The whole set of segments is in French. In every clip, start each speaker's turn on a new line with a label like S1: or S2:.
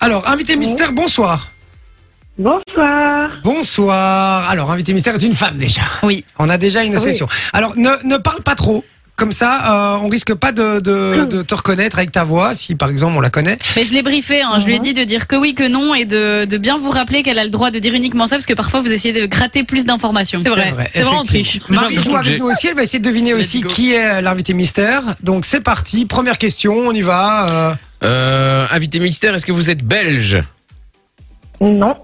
S1: Alors, invité mystère, bonsoir.
S2: Bonsoir.
S1: Bonsoir. Alors, invité mystère est une femme déjà.
S3: Oui.
S1: On a déjà une
S2: Oui.
S1: association. Alors, ne, ne parle pas trop. Comme ça, euh, on risque pas de, de, de te reconnaître avec ta voix, si par exemple on la connaît.
S3: Mais je l'ai briefé, hein, je lui ai
S2: Mhm.
S3: dit de dire que oui, que non, et de, de bien vous rappeler qu'elle a le droit de dire uniquement ça, parce que parfois vous essayez de gratter plus d'informations. C'est vrai, c'est vraiment triche.
S1: effectivement. Marie joue
S4: Surtout que
S1: avec
S4: j'ai-
S1: nous aussi, elle va essayer de deviner
S3: Let's
S1: aussi
S3: go.
S1: qui est euh, l'invité mystère. Donc c'est parti, première question, on y va. euh,
S4: Euh, invité mystère, est-ce que vous êtes belge
S2: Non.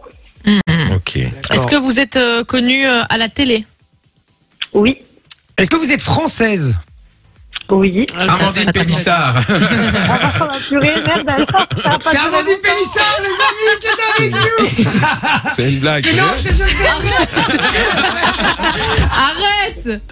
S4: Ok.
S5: Est-ce que vous êtes euh, connu euh, à la télé
S2: Oui.
S1: Est-ce que vous êtes française
S2: Oui.
S6: Ah,
S4: Amandine Pélissard.
S2: Ah, la purée, merde, alors, ça a pas
S1: C'est
S2: duré
S1: Amandine
S2: longtemps.
S1: Pélissard, les amis, qui est avec nous
S4: C'est une blague.
S1: Mais non, je te jure que c'est vrai.
S3: Arrête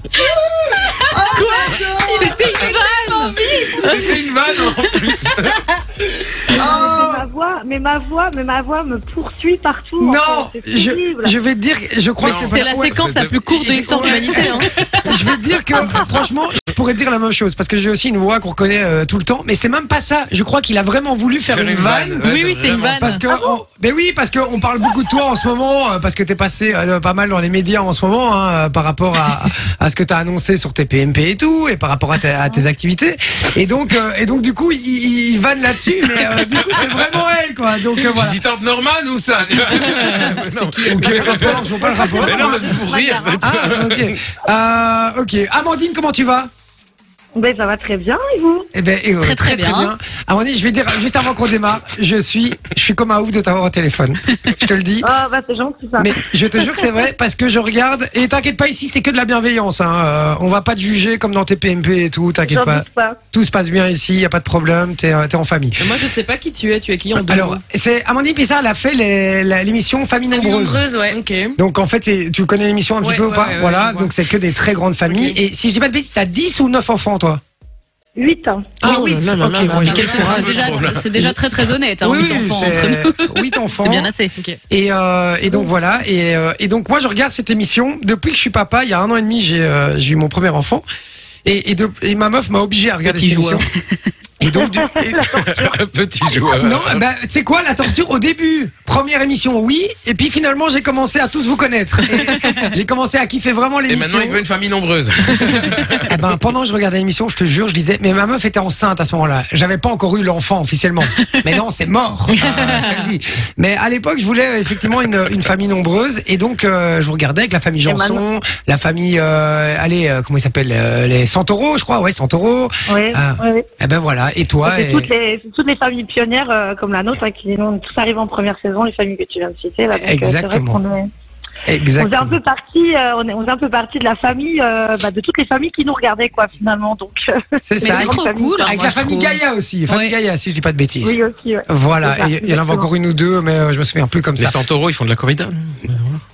S3: Quoi C'était une vanne
S4: C'était une vanne en plus.
S1: Oh,
S2: Mais ma voix, mais ma voix, mais ma voix me poursuit partout.
S1: Non,
S2: enfin, c'est
S1: je,
S2: terrible.
S1: je vais te dire, je crois
S3: Mais
S1: que c'est
S3: C'est
S1: pas-
S3: la
S1: ouais,
S3: séquence
S4: c'est
S3: la
S4: de-
S3: plus courte de l'histoire de l'humanité. hein.
S1: Je vais te dire que franchement, je pourrais te dire la même chose parce que j'ai aussi une voix qu'on reconnaît euh, tout le temps, mais c'est même pas ça. Je crois qu'il a vraiment voulu faire, une vanne.
S4: ouais,
S3: Oui,
S4: c'est
S3: oui, c'était une
S4: vraiment-
S3: vanne.
S1: Parce que, on- ben oui, parce qu'on parle beaucoup de toi en ce moment, euh, parce que t'es passé euh, pas mal dans les médias en ce moment, hein, euh, par rapport à, à ce que t'as annoncé sur tes PMP et tout, et par rapport à, ta- à tes activités. Et donc, euh, et donc du coup, il, il vanne là-dessus, mais euh, du coup, c'est vraiment elle, quoi. Donc euh, voilà.
S4: Visitante Norman ou ça C'est qui
S1: Quel est le rapport Je vois pas le rapport.
S4: Mais non, mais pour rire. mais
S1: Ah, ok. Euh, ok. Amandine, comment tu vas
S2: Ben, ça va très bien, et vous
S1: Eh ben, eh, euh,
S3: Très, très bien.
S1: Amandine, je vais dire juste avant qu'on démarre, je suis, je suis comme un ouf de t'avoir au téléphone. Je te le dis.
S2: Ah, bah, c'est gentil, ça.
S1: Mais je te jure que c'est vrai parce que je regarde et t'inquiète pas ici c'est que de la bienveillance hein. Euh, on va pas te juger comme dans tes PMP et tout t'inquiète
S2: J'en
S1: pas
S2: doute pas.
S1: tout se passe bien ici y a pas de problème t'es euh, t'es en famille
S6: Et Moi, je sais pas qui tu es. Tu es qui en deux
S1: alors
S6: mots
S1: c'est Amandine Pissard elle a fait les- la- l'émission Famille nombreuse
S3: Nombreuse, ouais.
S6: Ok.
S1: donc en fait c'est- tu connais l'émission un petit
S6: Ouais,
S1: peu ou
S6: ouais,
S1: pas
S6: ouais, ouais,
S1: voilà
S6: je vois.
S1: donc c'est que des très grandes familles
S6: Ok.
S1: et si je dis pas de bêtises t'as 10 ou 9 enfants toi
S2: 8 ans.
S1: ah
S6: Oh
S1: oui
S6: là là
S1: ok
S6: là là,
S1: bon,
S6: ça
S1: j'ai
S6: va.
S1: quel courage.
S3: C'est déjà, c'est déjà très très honnête, hein,
S1: Oui,
S3: huit enfants
S1: c'est-
S3: entre nous.
S1: huit enfants.
S3: C'est bien assez.
S1: Et, euh, et donc voilà. Et, euh, et donc moi je regarde cette émission depuis que je suis papa. Il y a un an et demi, j'ai euh, j'ai eu mon premier enfant. Et, et, de- et ma meuf m'a obligé à regarder
S6: Petit
S1: cette
S6: joueur.
S1: émission. Et donc, du- et-
S4: Un petit joueur.
S1: non, bah, tu sais quoi, la torture au début, première émission, oui, et puis finalement j'ai commencé à tous vous connaître. Et J'ai commencé à kiffer vraiment
S4: Et
S1: l'émission.
S4: maintenant, il veut une famille nombreuse.
S1: Eh ben, pendant que je regardais l'émission, je te jure, je disais, mais ma meuf était enceinte à ce moment-là. J'avais pas encore eu l'enfant officiellement. Mais non, c'est mort. euh, je te le dis. Mais à l'époque, je voulais euh, effectivement une, une famille nombreuse. Et donc, euh, je regardais avec la famille Janson, la famille, euh, allez, euh, comment il s'appelle euh, Les Santoro, je crois. Ouais, Santoro.
S2: Ouais,
S1: Ah.
S2: ouais, ouais.
S1: Et ben voilà. Et toi
S2: C'est
S1: et-
S2: toutes, les, c'est toutes les familles pionnières euh, comme la nôtre hein, qui nous tous arrivés en première saison, les familles que tu viens de citer. Là, donc, euh, c'est vrai
S1: Exactement.
S2: qu'on est- On faisait un
S1: Exactement.
S2: peu partie, euh, on, est, on faisait un peu partie de la famille, euh, bah, de toutes les familles qui nous regardaient quoi finalement. Donc euh,
S1: C'est
S3: Mais
S1: ça.
S3: c'est
S1: Avec,
S3: trop
S2: famille.
S3: cool. hein,
S1: avec
S3: moi,
S1: la
S3: je
S1: famille
S3: trouve.
S1: Gaïa aussi. Famille
S3: Ouais.
S1: Gaïa, si je dis pas de bêtises.
S2: oui aussi. ouais. C'est
S1: Voilà,
S2: ça,
S1: Et il y en avait
S2: exactement.
S1: encore une ou deux, mais euh, je me souviens plus comme
S4: Les
S1: ça.
S4: centaures, ils font de la corrida. non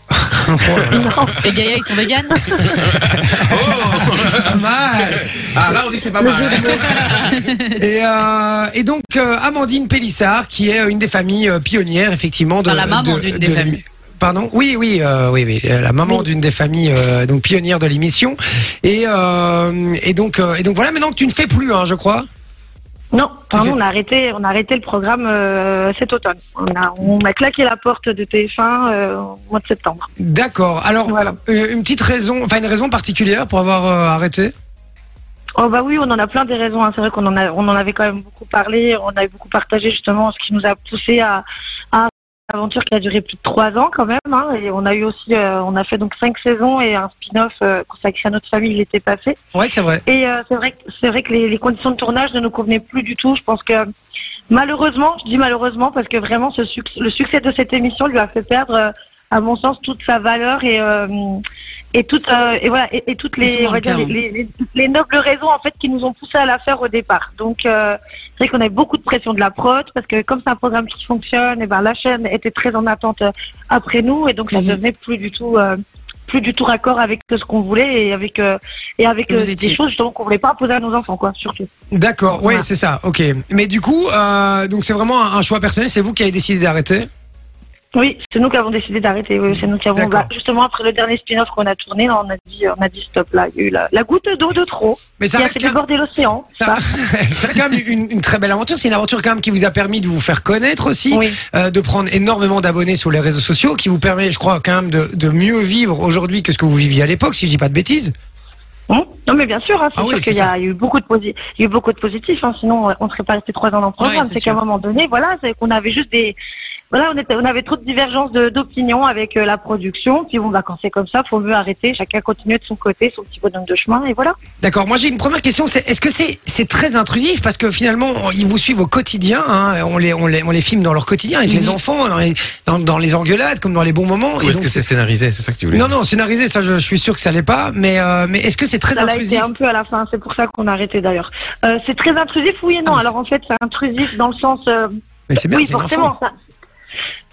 S1: Oh là là.
S3: Et Gaïa, ils sont véganes.
S4: Oh
S1: Pas mal.
S4: Ah, là, on dit que c'est pas mal. hein.
S1: Et, euh, et donc euh, Amandine Pélissard, qui est euh, une des familles euh, pionnières, effectivement, de
S3: Enfin, la maman
S1: de-
S3: d'une
S1: de
S3: des
S1: l'émi-
S3: familles.
S1: Pardon, oui, oui, euh, oui, oui, euh, la maman d'une des familles euh, donc pionnières de l'émission. Et, euh, et donc euh, et donc voilà, maintenant que tu ne fais plus, hein, je crois.
S2: Non, pardon,
S1: Fait-
S2: on a arrêté, on a arrêté le programme euh, cet automne. On a, on a claqué la porte de TF1 euh, au mois de septembre.
S1: D'accord. Alors
S2: Voilà.
S1: euh, une petite raison, enfin une raison particulière pour avoir euh, arrêté.
S2: Oh bah oui, on en a plein des raisons. hein. C'est vrai qu'on en a, on en avait quand même beaucoup parlé, on avait beaucoup partagé justement ce qui nous a poussé à, à une aventure qui a duré plus de trois ans quand même. hein. Et on a eu aussi, euh, on a fait donc cinq saisons et un spin-off euh, consacré à notre famille l'été passé.
S1: Ouais, c'est vrai.
S2: Et euh, c'est vrai, que- c'est vrai que les, les conditions de tournage ne nous convenaient plus du tout. Je pense que malheureusement, je dis malheureusement parce que vraiment ce suc- le succès de cette émission lui a fait perdre, euh, à mon sens, toute sa valeur et euh, et toute euh, et voilà et, et toutes
S3: Ils sont
S2: les, on va dire, les,
S3: internes.
S2: les, les- les nobles raisons en fait qui nous ont poussé à la faire au départ. Donc euh, c'est vrai qu'on avait beaucoup de pression de la prod parce que comme c'est un programme qui fonctionne, et ben la chaîne était très en attente euh, après nous et donc ça
S3: Mhm.
S2: devenait plus du tout. euh, plus du tout raccord avec ce qu'on voulait et avec euh, et avec
S3: que vous
S2: euh,
S3: étiez.
S2: des choses justement qu'on voulait pas imposer à nos enfants quoi surtout.
S1: D'accord. Ouais,
S2: Voilà.
S1: c'est ça. Ok. Mais du coup, euh, donc c'est vraiment un, un choix personnel. C'est vous qui avez décidé d'arrêter.
S2: Oui, c'est nous qui avons décidé d'arrêter. Oui, c'est nous qui avons.
S1: D'accord.
S2: bah, justement, après le dernier spin-off qu'on a tourné, là, on a dit, on a dit stop. Là, il y a eu la, la goutte d'eau de trop
S1: Mais ça
S2: qui a
S1: reste
S2: fait
S1: qu'un-
S2: déborder l'océan.
S1: Ça,
S2: Bah,
S1: c'est quand même une, une très belle aventure. C'est une aventure quand même qui vous a permis de vous faire connaître aussi,
S2: Oui.
S1: euh, de prendre énormément d'abonnés sur les réseaux sociaux, qui vous permet, je crois, quand même de, de mieux vivre aujourd'hui que ce que vous viviez à l'époque, si je dis pas de bêtises.
S2: Hum non, mais bien sûr, hein, c'est
S1: Ah oui,
S2: sûr
S1: c'est
S2: qu'il y a eu beaucoup de, posi- il y a eu beaucoup de positifs, hein, sinon euh, on serait pas resté trois ans dans le programme.
S3: Ouais, c'est
S2: c'est qu'à un
S3: sûr.
S2: moment donné, voilà, c'est qu'on avait juste des. Voilà, on, était, on avait trop de divergences de- d'opinion avec euh, la production. Puis bon, bah, quand c'est comme ça, faut mieux arrêter. Chacun continue de son côté, son petit bonhomme de chemin, et voilà.
S1: D'accord. Moi, j'ai une première question. C'est est-ce que c'est c'est très intrusif parce que finalement on- ils vous suivent au quotidien. hein, on les on les on les filme dans leur quotidien avec les enfants, dans les, dans, dans les engueulades comme dans les bons moments.
S4: Ou
S1: Et
S4: est-ce
S1: donc,
S4: que c'est scénarisé C'est ça que tu voulais
S1: non
S4: dire
S1: non scénarisé ça je, je suis sûr que ça l'est pas. Mais euh, mais est-ce que c'est très
S2: Ça l'a été
S1: intrusif
S2: un peu à la fin, c'est pour ça qu'on a arrêté d'ailleurs. Euh, c'est très intrusif, oui et
S1: Ah,
S2: non.
S1: mais
S2: Alors en fait, c'est intrusif dans le sens. euh,
S1: Mais c'est bien.
S2: oui,
S1: c'est une info.
S2: forcément. Ça.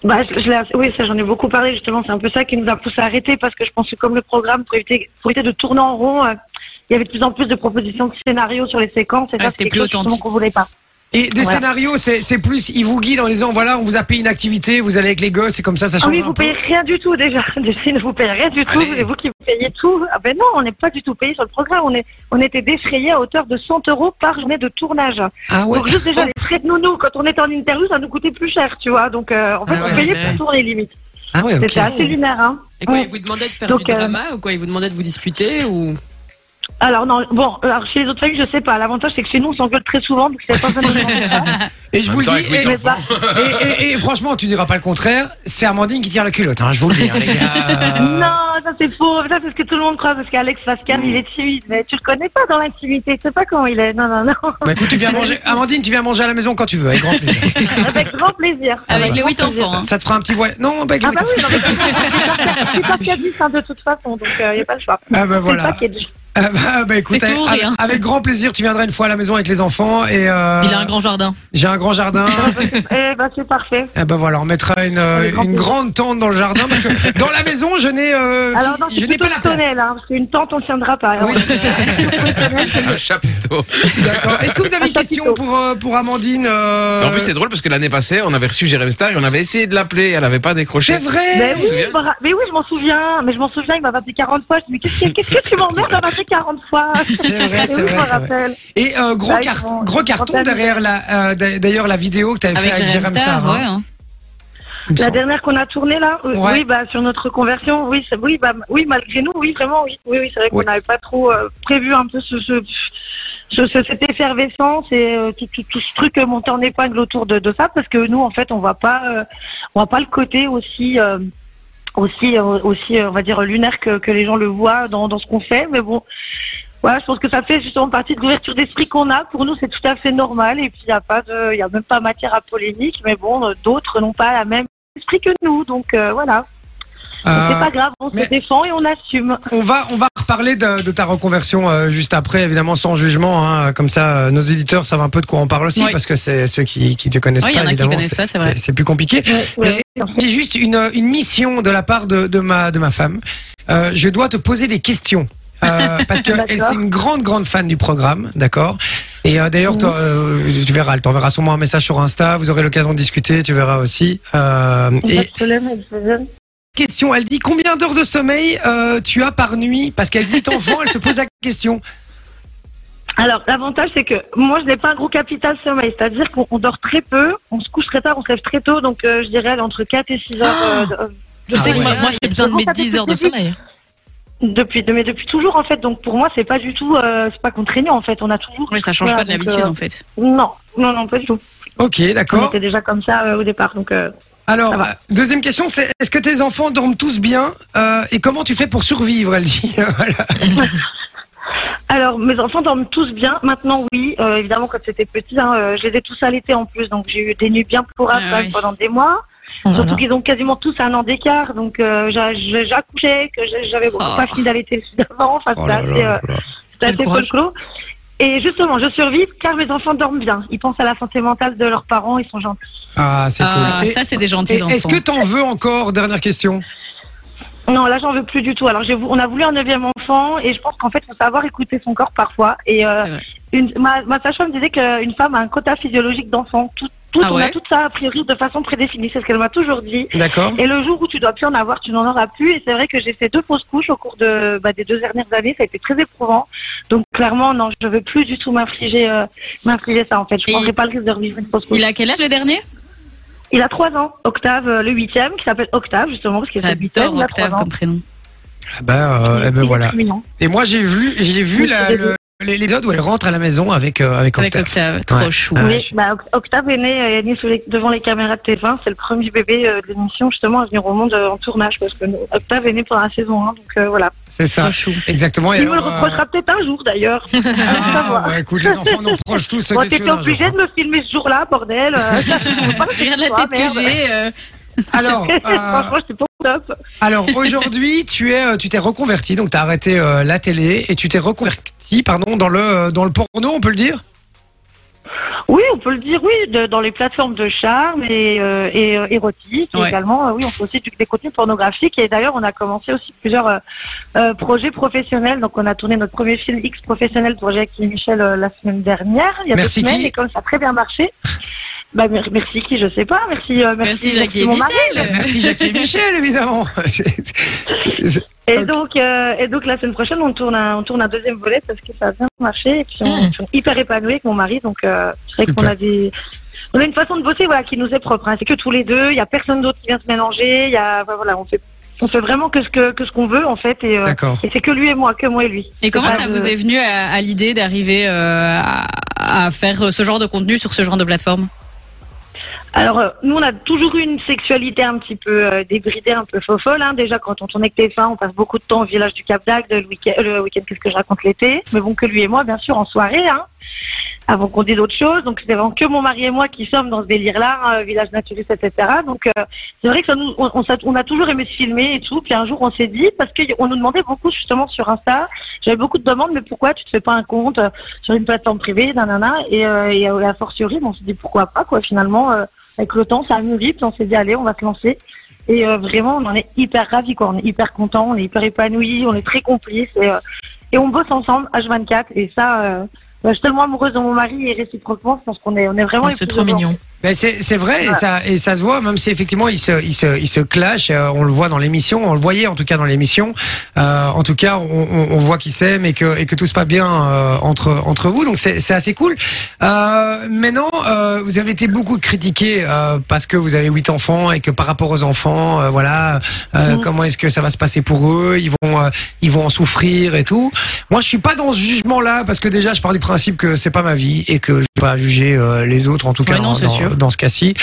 S2: Bah, je, je l'ai- oui, ça j'en ai beaucoup parlé justement. C'est un peu ça qui nous a poussé à arrêter parce que je pense que comme le programme pour éviter, pour éviter de tourner en rond, euh, il y avait de plus en plus de propositions de scénarios sur les séquences. Et
S3: Ouais,
S1: Ah,
S2: ça,
S3: c'était
S2: c'est
S3: plus
S2: quelque chose,
S3: authentique.
S2: justement, qu'on voulait pas.
S1: Et des
S2: Voilà.
S1: scénarios, c'est c'est plus, ils vous guident en disant, voilà, on vous a payé une activité, vous allez avec les gosses, et comme ça, ça
S2: Ah
S1: change
S2: oui,
S1: un
S2: vous
S1: peu.
S2: payez rien du tout déjà. Déjà, ils ne vous payez rien du tout.
S1: Allez.
S2: C'est vous qui payez tout. Ah ben non, on n'est pas du tout payé sur le programme. On est, on était défrayé à hauteur de 100 euros par journée de tournage.
S1: Ah ouais.
S2: Donc juste déjà les frais de nounou, quand on était en interview, ça nous coûtait plus cher, tu vois. Donc euh, en fait,
S1: Ah
S2: on
S1: ouais,
S2: payait
S5: ouais.
S2: pour tourner limite.
S1: Ah ouais, ok.
S2: C'était assez lunaire, hein.
S6: Et quoi,
S2: Oui.
S6: ils vous demandaient de faire
S2: Donc,
S6: du
S2: euh,
S6: drama ou quoi Ils vous demandaient de vous disputer ou
S2: Alors non, bon, euh, alors chez les autres familles, je sais pas. L'avantage c'est que chez nous, on s'engueule très souvent, donc c'est pas vraiment.
S1: Et je
S4: En
S1: vous le
S4: même temps,
S1: dis,
S4: avec huit
S1: et,
S2: Mais bah,
S1: et- et- et franchement, tu diras pas le contraire, c'est Amandine qui tire la culotte, hein, je vous le dis, hein, les gars. Euh,
S2: Non, ça c'est faux. Ça c'est ce que tout le monde croit parce qu'Alex Pascal, il
S1: Mm.
S2: est timide, mais tu le connais pas dans l'intimité. Tu sais pas comment il est. Non, non, non.
S1: Bah écoute, tu viens manger, Amandine, tu viens manger à la maison quand tu veux, avec grand plaisir.
S2: Avec grand plaisir.
S3: Avec
S1: bah.
S3: les huit enfants. hein.
S1: Ça te fera un petit voyage. Non, bah, avec
S2: Ah
S1: le-
S2: bah oui, non, mais c'est pas caduque, hein, de toute façon, donc il n'y a pas le choix.
S1: Ah bah
S2: C'est
S1: voilà.
S2: pas caduque.
S1: Ah bah, bah, écoute,
S3: C'est
S1: avec,
S3: tout ou rien.
S1: avec grand plaisir, tu viendras une fois à la maison avec les enfants et euh,
S3: Il a un grand jardin.
S1: j'ai un grand jardin.
S2: Eh bah c'est parfait.
S1: Eh ben voilà, on mettra une, euh,
S2: Avec grand
S1: une
S2: plaisir.
S1: grande tente dans le jardin parce que dans la maison, je n'ai euh,
S2: Alors
S1: phys-
S2: non,
S1: je
S2: c'est
S1: n'ai
S2: plutôt
S1: pas la
S2: le
S1: place.
S2: tonnel, hein, parce qu'une tente, on ne tiendra pas. Alors,
S1: Oui,
S2: euh,
S4: Un chapiteau.
S1: D'accord. Est-ce que vous avez une
S2: Un
S1: question
S2: chapiteau.
S1: pour, euh, pour Amandine euh,
S4: En plus, c'est drôle parce que l'année passée, on avait reçu Jérémy Star et on avait essayé de l'appeler. Elle avait pas décroché.
S1: C'est vrai
S2: Mais
S4: te
S2: Ben oui,
S4: souviens
S2: je me ra- mais oui, je m'en souviens, mais je m'en souviens, il m'a appelé 40 fois. Je me dis, qu'est-ce que, qu'est-ce que tu m'emmerdes à m'appeler 40 fois
S1: C'est vrai,
S2: Mais
S1: c'est vrai,
S2: Ben oui, je me
S1: c'est vrai.
S2: rappelle.
S1: Et euh, gros,
S2: Bah, ils
S1: car-
S2: vont- ils
S1: gros
S2: vont
S1: carton
S2: t'amuser.
S1: derrière la, euh, d'a- d'ailleurs la vidéo que tu avais fait
S3: Avec
S1: avec
S3: Jérém
S1: Jérém Star.
S3: Ah Star, ouais.
S1: hein,
S3: hein.
S1: il me
S2: La
S1: semble.
S2: dernière qu'on a tournée, là, euh,
S1: Ouais.
S2: oui, bah, sur notre conversion, oui, c'est- oui, bah, oui, malgré nous, oui, vraiment, oui, oui, oui, c'est vrai qu'on
S1: Ouais.
S2: n'avait pas trop euh, prévu un peu ce, ce, ce- ce- cette effervescence et euh, tout, tout- tout ce truc euh, monté en épingle autour de, de ça, parce que nous, en fait, on voit pas, euh, on voit pas le côté aussi. euh, aussi, euh, aussi, euh, on va dire lunaire que, que les gens le voient dans, dans ce qu'on fait, mais bon, voilà, je pense que ça fait justement partie de l'ouverture d'esprit qu'on a. Pour nous, c'est tout à fait normal, et puis il n'y a pas de, il y a même pas matière à polémique, mais bon, euh, d'autres n'ont pas la même esprit que nous, donc euh, voilà. Donc,
S1: Euh,
S2: c'est pas grave, on
S1: mais-
S2: se défend et on assume.
S1: on va on va reparler de, de ta reconversion euh, juste après, évidemment sans jugement. hein. comme ça, euh, nos éditeurs savent un peu de quoi on parle aussi
S3: Oui.
S1: parce que c'est ceux qui qui te connaissent
S3: Ouais, il y
S1: pas
S3: en a qui
S1: évidemment.
S3: connaissent pas, c'est vrai.
S1: C'est plus compliqué.
S2: Ouais, ouais.
S1: J'ai juste une, une mission de la part de, de, ma, de ma femme. Euh, je dois te poser des questions. Euh, parce que
S2: D'accord.
S1: elle c'est une grande grande fan du programme, d'accord. Et euh, d'ailleurs, toi, euh, tu verras, elle t'enverra sûrement un message sur Insta. Vous aurez l'occasion de discuter, tu verras aussi. Euh, et
S2: Je l'aime, je l'aime.
S1: question, elle dit combien d'heures de sommeil euh, tu as par nuit Parce qu'avec huit enfants, elle se pose la question.
S2: Alors, l'avantage, c'est que moi, je n'ai pas un gros capital sommeil, c'est-à-dire qu'on on dort très peu, on se couche très tard, on se lève très tôt, donc euh, je dirais entre 4 et 6 heures euh, de- euh,
S5: Je
S1: Ah
S5: sais que
S1: ouais.
S5: moi, moi, j'ai besoin de mes
S2: Ah, c'est
S5: 10 heures de
S2: possible.
S5: sommeil.
S2: depuis, de- mais depuis toujours, en fait. Donc, pour moi, c'est pas du tout, euh, c'est pas contraignant, en fait. On a toujours.
S3: Oui, ça change
S2: Voilà,
S3: pas de
S2: donc,
S3: l'habitude
S2: euh,
S3: en fait.
S2: Non, non, non, pas du tout.
S1: Ok,
S2: On
S1: d'accord.
S2: était déjà comme ça euh, au départ, donc. euh,
S1: Alors,
S2: Ça va.
S1: deuxième question, c'est est-ce que tes enfants dorment tous bien Euh, Et comment tu fais pour survivre Elle dit. Voilà.
S2: Alors, mes enfants dorment tous bien. Maintenant, oui, euh, évidemment, quand c'était petit, hein, euh, je les ai tous allaités en plus, donc j'ai eu des nuits bien pourrables
S3: Ah
S2: quand même
S3: oui.
S2: pendant des mois.
S5: Oh là
S2: Surtout
S5: là.
S2: qu'ils ont quasiment tous un an d'écart, donc euh, j'a- j'a- j'accouchais, que j'a- j'avais pas fini d'allaiter le fils d'avant. Enfin,
S1: Oh
S2: c'était
S1: là là
S2: assez, euh,
S1: là là.
S2: c'était
S5: Quel
S2: assez
S5: courage.
S2: folklore. Et justement, je survis car mes enfants dorment bien. Ils pensent à la santé mentale de leurs parents, ils sont gentils.
S1: Ah, c'est
S3: Ah,
S1: cool. Et-
S3: ça, c'est des
S1: Et
S3: gentils enfants.
S1: Est-ce que t'en veux encore Dernière question.
S2: Non, là, j'en veux plus du tout. Alors, j'ai vou- on a voulu un neuvième enfant, et je pense qu'en fait, faut savoir écouter son corps parfois. Et euh,
S3: C'est vrai.
S2: Une, ma, ma sage-femme disait qu'une femme a un quota physiologique d'enfants. Tout, Tout,
S3: Ah
S2: on a
S3: ouais
S2: tout ça a priori de façon prédéfinie, c'est ce qu'elle m'a toujours dit.
S1: D'accord.
S2: Et le jour où tu dois plus en avoir, tu n'en auras plus. Et c'est vrai que j'ai fait deux fausses couches au cours de, bah, des deux dernières années. Ça a été très éprouvant. Donc clairement, non, je veux plus du tout m'infliger, euh, m'infliger ça en fait. Je
S3: Et
S2: prendrai pas le risque de revivre une fausse couche.
S3: Il a quel âge le dernier
S2: Il a trois ans. Octave, euh, le huitième, qui s'appelle Octave justement parce qu'il est huitième.
S3: J'adore
S2: Il a trois
S3: Octave
S2: ans.
S3: comme prénom.
S1: Ah Ben, euh, eh ben voilà.
S2: Mignon.
S1: Et moi, j'ai vu, j'ai vu la- le- l'épisode où elle rentre à la maison avec euh, avec
S3: Avec
S1: Octave.
S3: Octave, trop
S1: Ouais.
S3: chou.
S1: Ah,
S2: Oui,
S1: je-
S2: bah, Oct- Octave est né, euh, est né sous les- devant les caméras de TF1. C'est le premier bébé euh, de l'émission justement à venir au monde euh, en tournage parce que nous- Octave est né pendant la saison 1. Donc euh, voilà.
S1: C'est ça.
S3: Trop chou.
S1: Exactement. et
S2: Il me le
S1: alors, euh,
S2: reprochera peut-être un jour d'ailleurs.
S1: ah, ouais, écoute, les enfants nous proches tous
S2: Moi,
S1: quelque chose.
S2: t'étais
S1: un jour,
S2: obligé
S1: hein.
S2: de me filmer ce jour-là, bordel. Euh,
S3: Regarde la
S2: Ah,
S3: tête que
S2: merde.
S3: j'ai. euh,
S1: Alors, euh,
S2: Franchement, c'est pas top.
S1: Alors aujourd'hui, tu es, euh, tu t'es reconverti, donc tu as arrêté euh, la télé et tu t'es reconverti, pardon, dans le euh, dans le porno, on peut le dire.
S2: Oui, on peut le dire, oui, de- dans les plateformes de charme et, euh, et euh, érotique et
S3: Ouais.
S2: également. euh, oui, on fait aussi du- des contenus pornographiques et d'ailleurs, on a commencé aussi plusieurs euh, euh, projets professionnels. Donc, on a tourné notre premier film X professionnel pour Jacques et Michel euh, la semaine dernière. Il y a
S1: Merci
S2: deux semaines
S1: qui
S2: et comme ça a très bien marché. Bah, mer- merci qui, je sais pas. Merci, euh, merci,
S3: Merci Jackie et
S2: mon mari.
S3: Michel.
S1: Merci Jackie et Michel, évidemment. C'est- c'est- c'est-
S2: Et
S1: Ok.
S2: donc, euh, et donc la semaine prochaine, on tourne un, on tourne un deuxième volet parce que ça a bien marché et puis on,
S5: Mm.
S2: ils sont hyper épanouis avec mon mari. Donc, euh, c'est vrai
S1: Ah. Super.
S2: qu'on a des, on a une façon de bosser voilà qui nous est propre. hein. C'est que tous les deux, il y a personne d'autre qui vient se mélanger. Il y a, enfin, voilà, on fait, on fait vraiment que ce que, que ce qu'on veut en fait et, euh,
S1: D'accord.
S2: et c'est que lui et moi, que moi et lui.
S3: Et comment
S2: Ah,
S3: ça
S2: je-
S3: vous est venu à, à l'idée d'arriver euh, à, à faire ce genre de contenu sur ce genre de plateforme
S2: Alors, euh, nous, on a toujours eu une sexualité un petit peu euh, débridée, un peu fofolle. Hein. Déjà, quand on tournait avec TF1, on passe beaucoup de temps au village du Cap d'Agde, le week-end, le week-end, qu'est-ce que je raconte l'été Mais bon, que lui et moi, bien sûr, en soirée, hein, avant qu'on dise autre chose. Donc, c'est vraiment que mon mari et moi qui sommes dans ce délire-là, hein, village naturiste, etc. Donc, euh, c'est vrai que ça nous, on, on s'a- on a toujours aimé se filmer et tout. Puis un jour, on s'est dit, parce qu'on nous demandait beaucoup, justement, sur Insta, j'avais beaucoup de demandes, mais pourquoi tu te fais pas un compte euh, sur une plateforme privée, nanana Et, euh, et euh, a fortiori, bon, on s'est dit, pourquoi pas, quoi, finalement euh, avec le temps, ça a mûri, puis on s'est dit allez, on va se lancer. Et euh, vraiment, on en est hyper ravis, quoi. On est hyper contents, on est hyper épanouis, on est très complices et, euh, et on bosse ensemble H24. Et ça, euh, bah, je suis tellement amoureuse de mon mari et réciproquement, je pense qu'on est, on est
S3: Ah,
S2: vraiment.
S5: Oh,
S2: les
S5: c'est
S2: plus
S5: trop
S2: heureux.
S5: mignon.
S1: Mais Ben, c'est c'est vrai et ça et ça se voit, même si effectivement ils se ils se ils se clashent. euh, on le voit dans l'émission, on le voyait en tout cas dans l'émission. Euh, en tout cas, on, on, on voit qu'ils s'aiment et que et que tout se passe bien euh, entre entre vous. Donc c'est c'est assez cool. Euh, maintenant, euh, vous avez été beaucoup critiqué euh, parce que vous avez huit enfants et que par rapport aux enfants, euh, voilà, euh,
S3: Mm.
S2: Mhm.
S1: comment est-ce que ça va se passer pour eux Ils vont euh, ils vont en souffrir et tout. Moi, je suis pas dans ce jugement-là parce que déjà, je pars du principe que c'est pas ma vie et que je vais pas juger euh, les autres en tout cas
S3: Ouais, non,
S1: dans,
S3: c'est
S1: dans-
S3: sûr.
S1: dans ce cas-ci.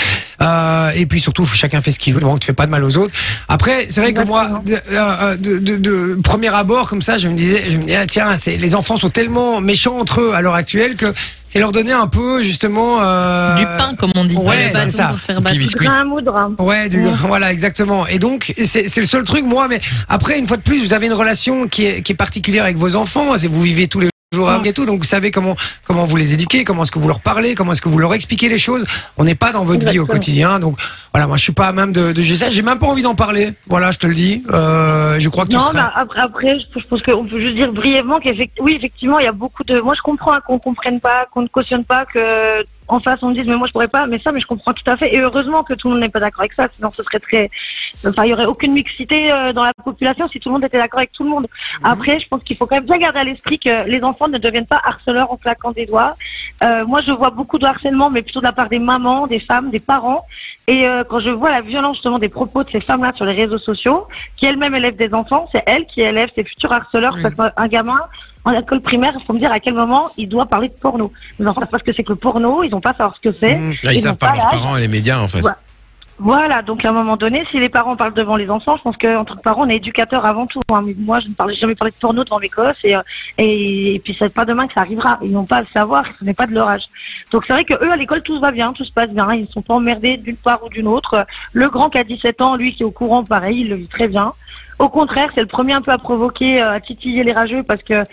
S1: Euh, et puis surtout, chacun fait ce qu'il veut, donc tu fais pas de mal aux autres. Après, c'est vrai que moi, de, euh, de, de- de premier abord comme ça, je me disais, je me disais, ah, tiens, c'est- les enfants sont tellement méchants entre eux à l'heure actuelle que c'est leur donner un peu justement euh,
S5: Du pain, comme on dit.
S1: ouais,
S3: Le
S1: c'est
S3: bâton
S1: ça.
S3: pour se faire battre.
S4: Petit biscuit.
S2: Grain à moudre. hein.
S1: Ouais, du, voilà, exactement. Et donc, c'est c'est le seul truc, moi, mais après, une fois de plus, vous avez une relation qui est, qui est particulière avec vos enfants, c'est- vous vivez tous les jours avec et tout, donc vous savez comment, comment vous les éduquez, comment est-ce que vous leur parlez, comment est-ce que vous leur expliquez les choses. On n'est pas dans votre vie au
S2: Exactement.
S1: quotidien, donc voilà, moi, je suis pas à même de, de juger ça, j'ai même pas envie d'en parler, voilà, je te le dis, euh, je crois que tu
S2: Non, bah.
S1: seras...
S2: mais après, après, je je pense qu'on peut juste dire brièvement qu'effectivement, oui, effectivement, il y a beaucoup de. Moi, je comprends hein, qu'on comprenne pas, qu'on ne cautionne pas, que en face on me dise mais moi je pourrais pas, mais ça, mais je comprends tout à fait. Et heureusement que tout le monde n'est pas d'accord avec ça, sinon ce serait très. Enfin, il y aurait aucune mixité euh, dans la population si tout le monde était d'accord avec tout le monde.
S1: Mhm.
S2: Après, je pense qu'il faut quand même bien garder à l'esprit que les enfants ne deviennent pas harceleurs en claquant des doigts. Euh, moi, je vois beaucoup de harcèlement, mais plutôt de la part des mamans, des femmes, des parents. Et euh, quand je vois la violence justement des propos de ces femmes-là sur les réseaux sociaux, qui elle-même élève des enfants, c'est elle qui élève ses futurs harceleurs.
S1: Oui.
S2: Parce qu'un gamin en école primaire, il faut me dire à quel moment il doit parler de porno. Les enfants savent pas ce que c'est que le porno, ils n'ont pas à savoir ce que c'est.
S1: Mmh.
S4: Là, ils
S2: Ils
S4: savent
S2: ont
S4: pas
S2: pas
S4: leurs
S2: l'âge.
S4: parents et les médias en fait.
S2: Ouais. Voilà, donc à un moment donné, si les parents parlent devant les enfants, je pense qu'en tant que parents, on est éducateur avant tout. hein. Mais Moi, je ne parle j'ai jamais parlé de porno devant mes gosses et, euh, et, et puis c'est pas demain que ça arrivera. Ils n'ont pas à le savoir, ce n'est pas de leur âge. Donc c'est vrai que eux, à l'école, tout va bien, tout se passe bien. Ils ne sont pas emmerdés d'une part ou d'une autre. Le grand qui a 17 ans, lui qui est au courant, pareil, il le vit très bien. Au contraire, c'est le premier un peu à provoquer, euh, à titiller les rageux parce que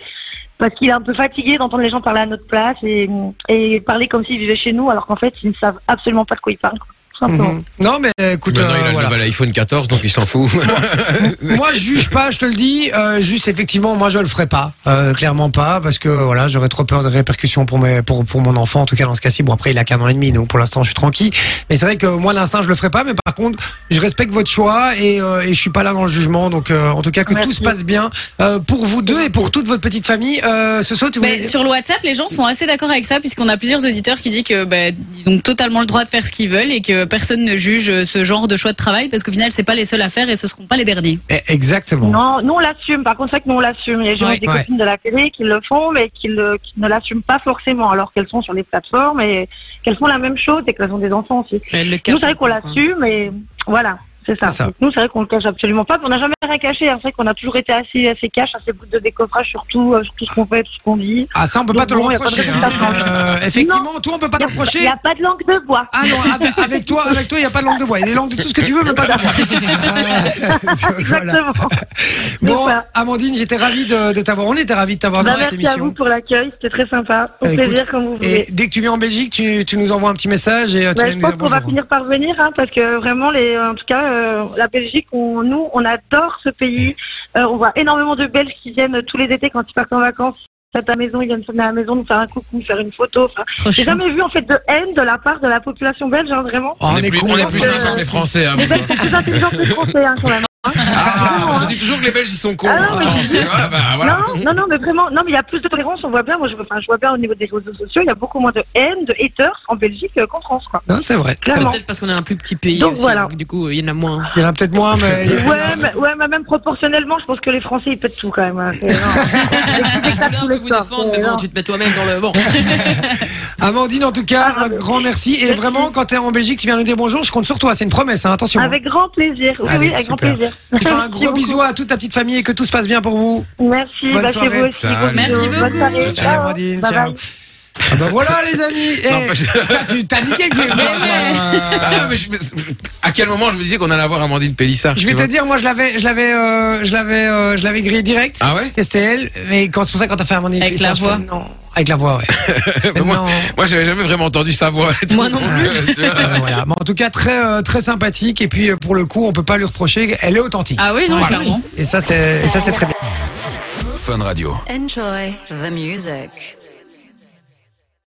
S2: parce qu'il est un peu fatigué d'entendre les gens parler à notre place et, et parler comme s'ils vivaient chez nous alors qu'en fait, ils ne savent absolument pas de quoi ils parlent. quoi, tout simplement.
S1: Mhm. Non, mais écoute,
S4: Maintenant,
S1: euh,
S4: il a
S1: voilà.
S4: le nouvel iPhone 14, donc il s'en fout.
S1: moi je juge pas, je te le dis. euh, juste effectivement, moi je le ferai pas, euh, clairement pas, parce que voilà, j'aurais trop peur de répercussions pour mes, pour pour mon enfant. En tout cas dans ce cas-ci, bon après il a qu'un an et demi, donc pour l'instant je suis tranquille. Mais c'est vrai que moi l'instinct je le ferai pas, mais par contre je respecte votre choix et, euh, et je suis pas là dans le jugement. Donc euh, en tout cas que tout
S2: Merci.
S1: se passe bien euh, pour vous deux et pour toute votre petite famille. Euh, ce soir tu voulais-
S3: Mais sur le WhatsApp, les gens sont assez d'accord avec ça, puisqu'on a plusieurs auditeurs qui disent que bah, ils ont totalement le droit de faire ce qu'ils veulent et que personne ne juge ce genre de choix de travail, parce qu'au final, c'est pas les seuls à faire et ce seront pas les derniers.
S1: Eh, Exactement.
S2: Non, nous on l'assume. Par contre, c'est vrai que nous on l'assume. Il y a
S3: Ouais.
S2: des
S1: Ouais.
S2: copines de la télé qui le font, mais qui, le- qui ne l'assument pas forcément, alors qu'elles sont sur les plateformes et qu'elles font la même chose et qu'elles ont des enfants aussi.
S6: Elle le cache
S2: Nous, c'est vrai
S6: un
S2: qu'on
S6: peu, quoi. Ah,
S2: l'assume et voilà. C'est ça.
S1: C'est ça.
S2: Donc, Nous, c'est vrai qu'on le cache absolument pas. puis On n'a jamais rien caché. hein. C'est vrai qu'on a toujours été assez, assez cash, assez bout de décoffrage sur tout, euh, sur tout ce qu'on fait, tout ce qu'on dit.
S1: Ah ça on peut pas
S2: Donc,
S1: te le
S2: bon, y a pas de
S1: reprocher. hein.
S2: résultat.
S1: Euh, effectivement, toi on peut pas te
S2: Il
S1: reprocher.
S2: n'y a pas de langue de bois.
S1: Ah non, avec, avec toi, avec toi, il n'y a pas de langue de bois. Il y a des langues de tout ce que tu veux, mais pas de la bois. Euh, voilà.
S2: Exactement.
S1: Bon,
S2: Voilà.
S1: Amandine, j'étais ravi de, de t'avoir. On était ravis de t'avoir
S2: Bah,
S1: dans cette
S2: merci à vous
S1: émission.
S2: pour l'accueil. C'était très sympa. Au
S1: Euh, écoute,
S2: plaisir, comme vous voulez.
S1: Et dès que tu viens en Belgique, tu, tu nous envoies un petit message et euh, tu
S2: Bah,
S1: viens
S2: je
S1: nous
S2: pense
S1: dire
S2: qu'on va
S1: bonjour.
S2: finir par venir, hein, parce que vraiment, les, en tout cas, euh, la Belgique, on, nous, on adore ce pays. Euh, on voit énormément de Belges qui viennent tous les étés quand ils partent en vacances. À ta maison, ils viennent sonner à la maison, nous faire un coucou, faire une photo. Enfin,
S3: Trop
S2: J'ai
S3: chou.
S2: jamais vu en fait de haine de la part de la population belge, hein, vraiment.
S1: Oh, on, est
S4: plus,
S1: cool.
S4: on est plus
S2: que-
S4: sympa que les Français. hein,
S2: Les
S4: bon.
S2: Belges sont plus intelligents que les Français, hein, quand même.
S4: Ah, on dit toujours que les Belges ils sont cons.
S2: Ah, non, mais
S4: Ah,
S2: je-
S4: ah, bah, voilà.
S2: Non, non, non, mais vraiment, non, mais il y a plus de tolérance, on voit bien. Moi, je, enfin, je vois bien au niveau des réseaux sociaux, il y a beaucoup moins de haine, de haters en Belgique euh, qu'en France, quoi.
S1: Non, c'est vrai.
S6: C'est
S2: Clairement.
S6: Peut-être parce qu'on est un plus petit pays.
S2: Donc
S6: aussi,
S2: voilà.
S6: Du coup, il y en a moins.
S1: Il y en a peut-être moins, mais. il y a-
S2: Ouais, mais, ouais, mais même proportionnellement, je pense que les Français, ils pètent tout quand même. hein. C'est- non.
S6: Je voulais un peu vous
S2: soirs,
S6: défendre,
S2: c'est
S6: mais bon,
S2: énorme.
S6: tu te mets toi-même dans le. Bon.
S1: Amandine, en tout cas,
S2: Ah,
S1: un grand merci. Et vraiment, quand tu es en Belgique, tu viens nous dire bonjour. Je compte sur toi. C'est une promesse, hein, attention.
S2: Avec grand plaisir. Oui,
S1: Allez,
S2: oui, avec grand
S1: super.
S2: plaisir.
S1: Tu fais un
S2: Merci
S1: gros
S2: beaucoup.
S1: bisou à toute ta petite famille et que tout se passe bien pour vous.
S2: Merci,
S1: Bonne
S2: bah, chez
S1: soirée.
S2: vous aussi.
S4: Salut.
S2: gros
S3: Merci
S2: bisous.
S3: beaucoup.
S2: Bonne soirée.
S1: Ciao, Amandine.
S2: Bye
S1: ciao.
S2: bye.
S1: Ah bah voilà, les amis. Eh,
S4: Non, pas-
S1: putain, tu t'as niqué le game.
S4: Ah, non, mais je- mais- je- à quel moment je me disais qu'on allait avoir Amandine Pélissard
S1: Je
S4: tu
S1: vais te
S4: vois
S1: dire, moi je l'avais, je l'avais, euh, je l'avais, euh, je l'avais grillé direct.
S4: Ah ouais
S1: Que c'était elle. Mais quand c'est pour ça que quand t'as fait Amandine
S3: Avec
S1: Pélissard,
S3: la
S1: je
S3: voix.
S1: fais, Non, avec la voix, ouais. Je fais,
S4: Moi-
S1: non.
S4: Moi, j'avais jamais vraiment entendu sa voix.
S3: Moi non plus.
S4: Tu vois
S1: Euh, voilà. Mais en tout cas, très, euh, très sympathique. Et puis euh, pour le coup, on peut pas lui reprocher. Elle est authentique.
S3: Ah oui, non,
S1: Voilà.
S3: clairement.
S1: Et ça, c'est, et ça, c'est très bien.
S7: Enjoy the music.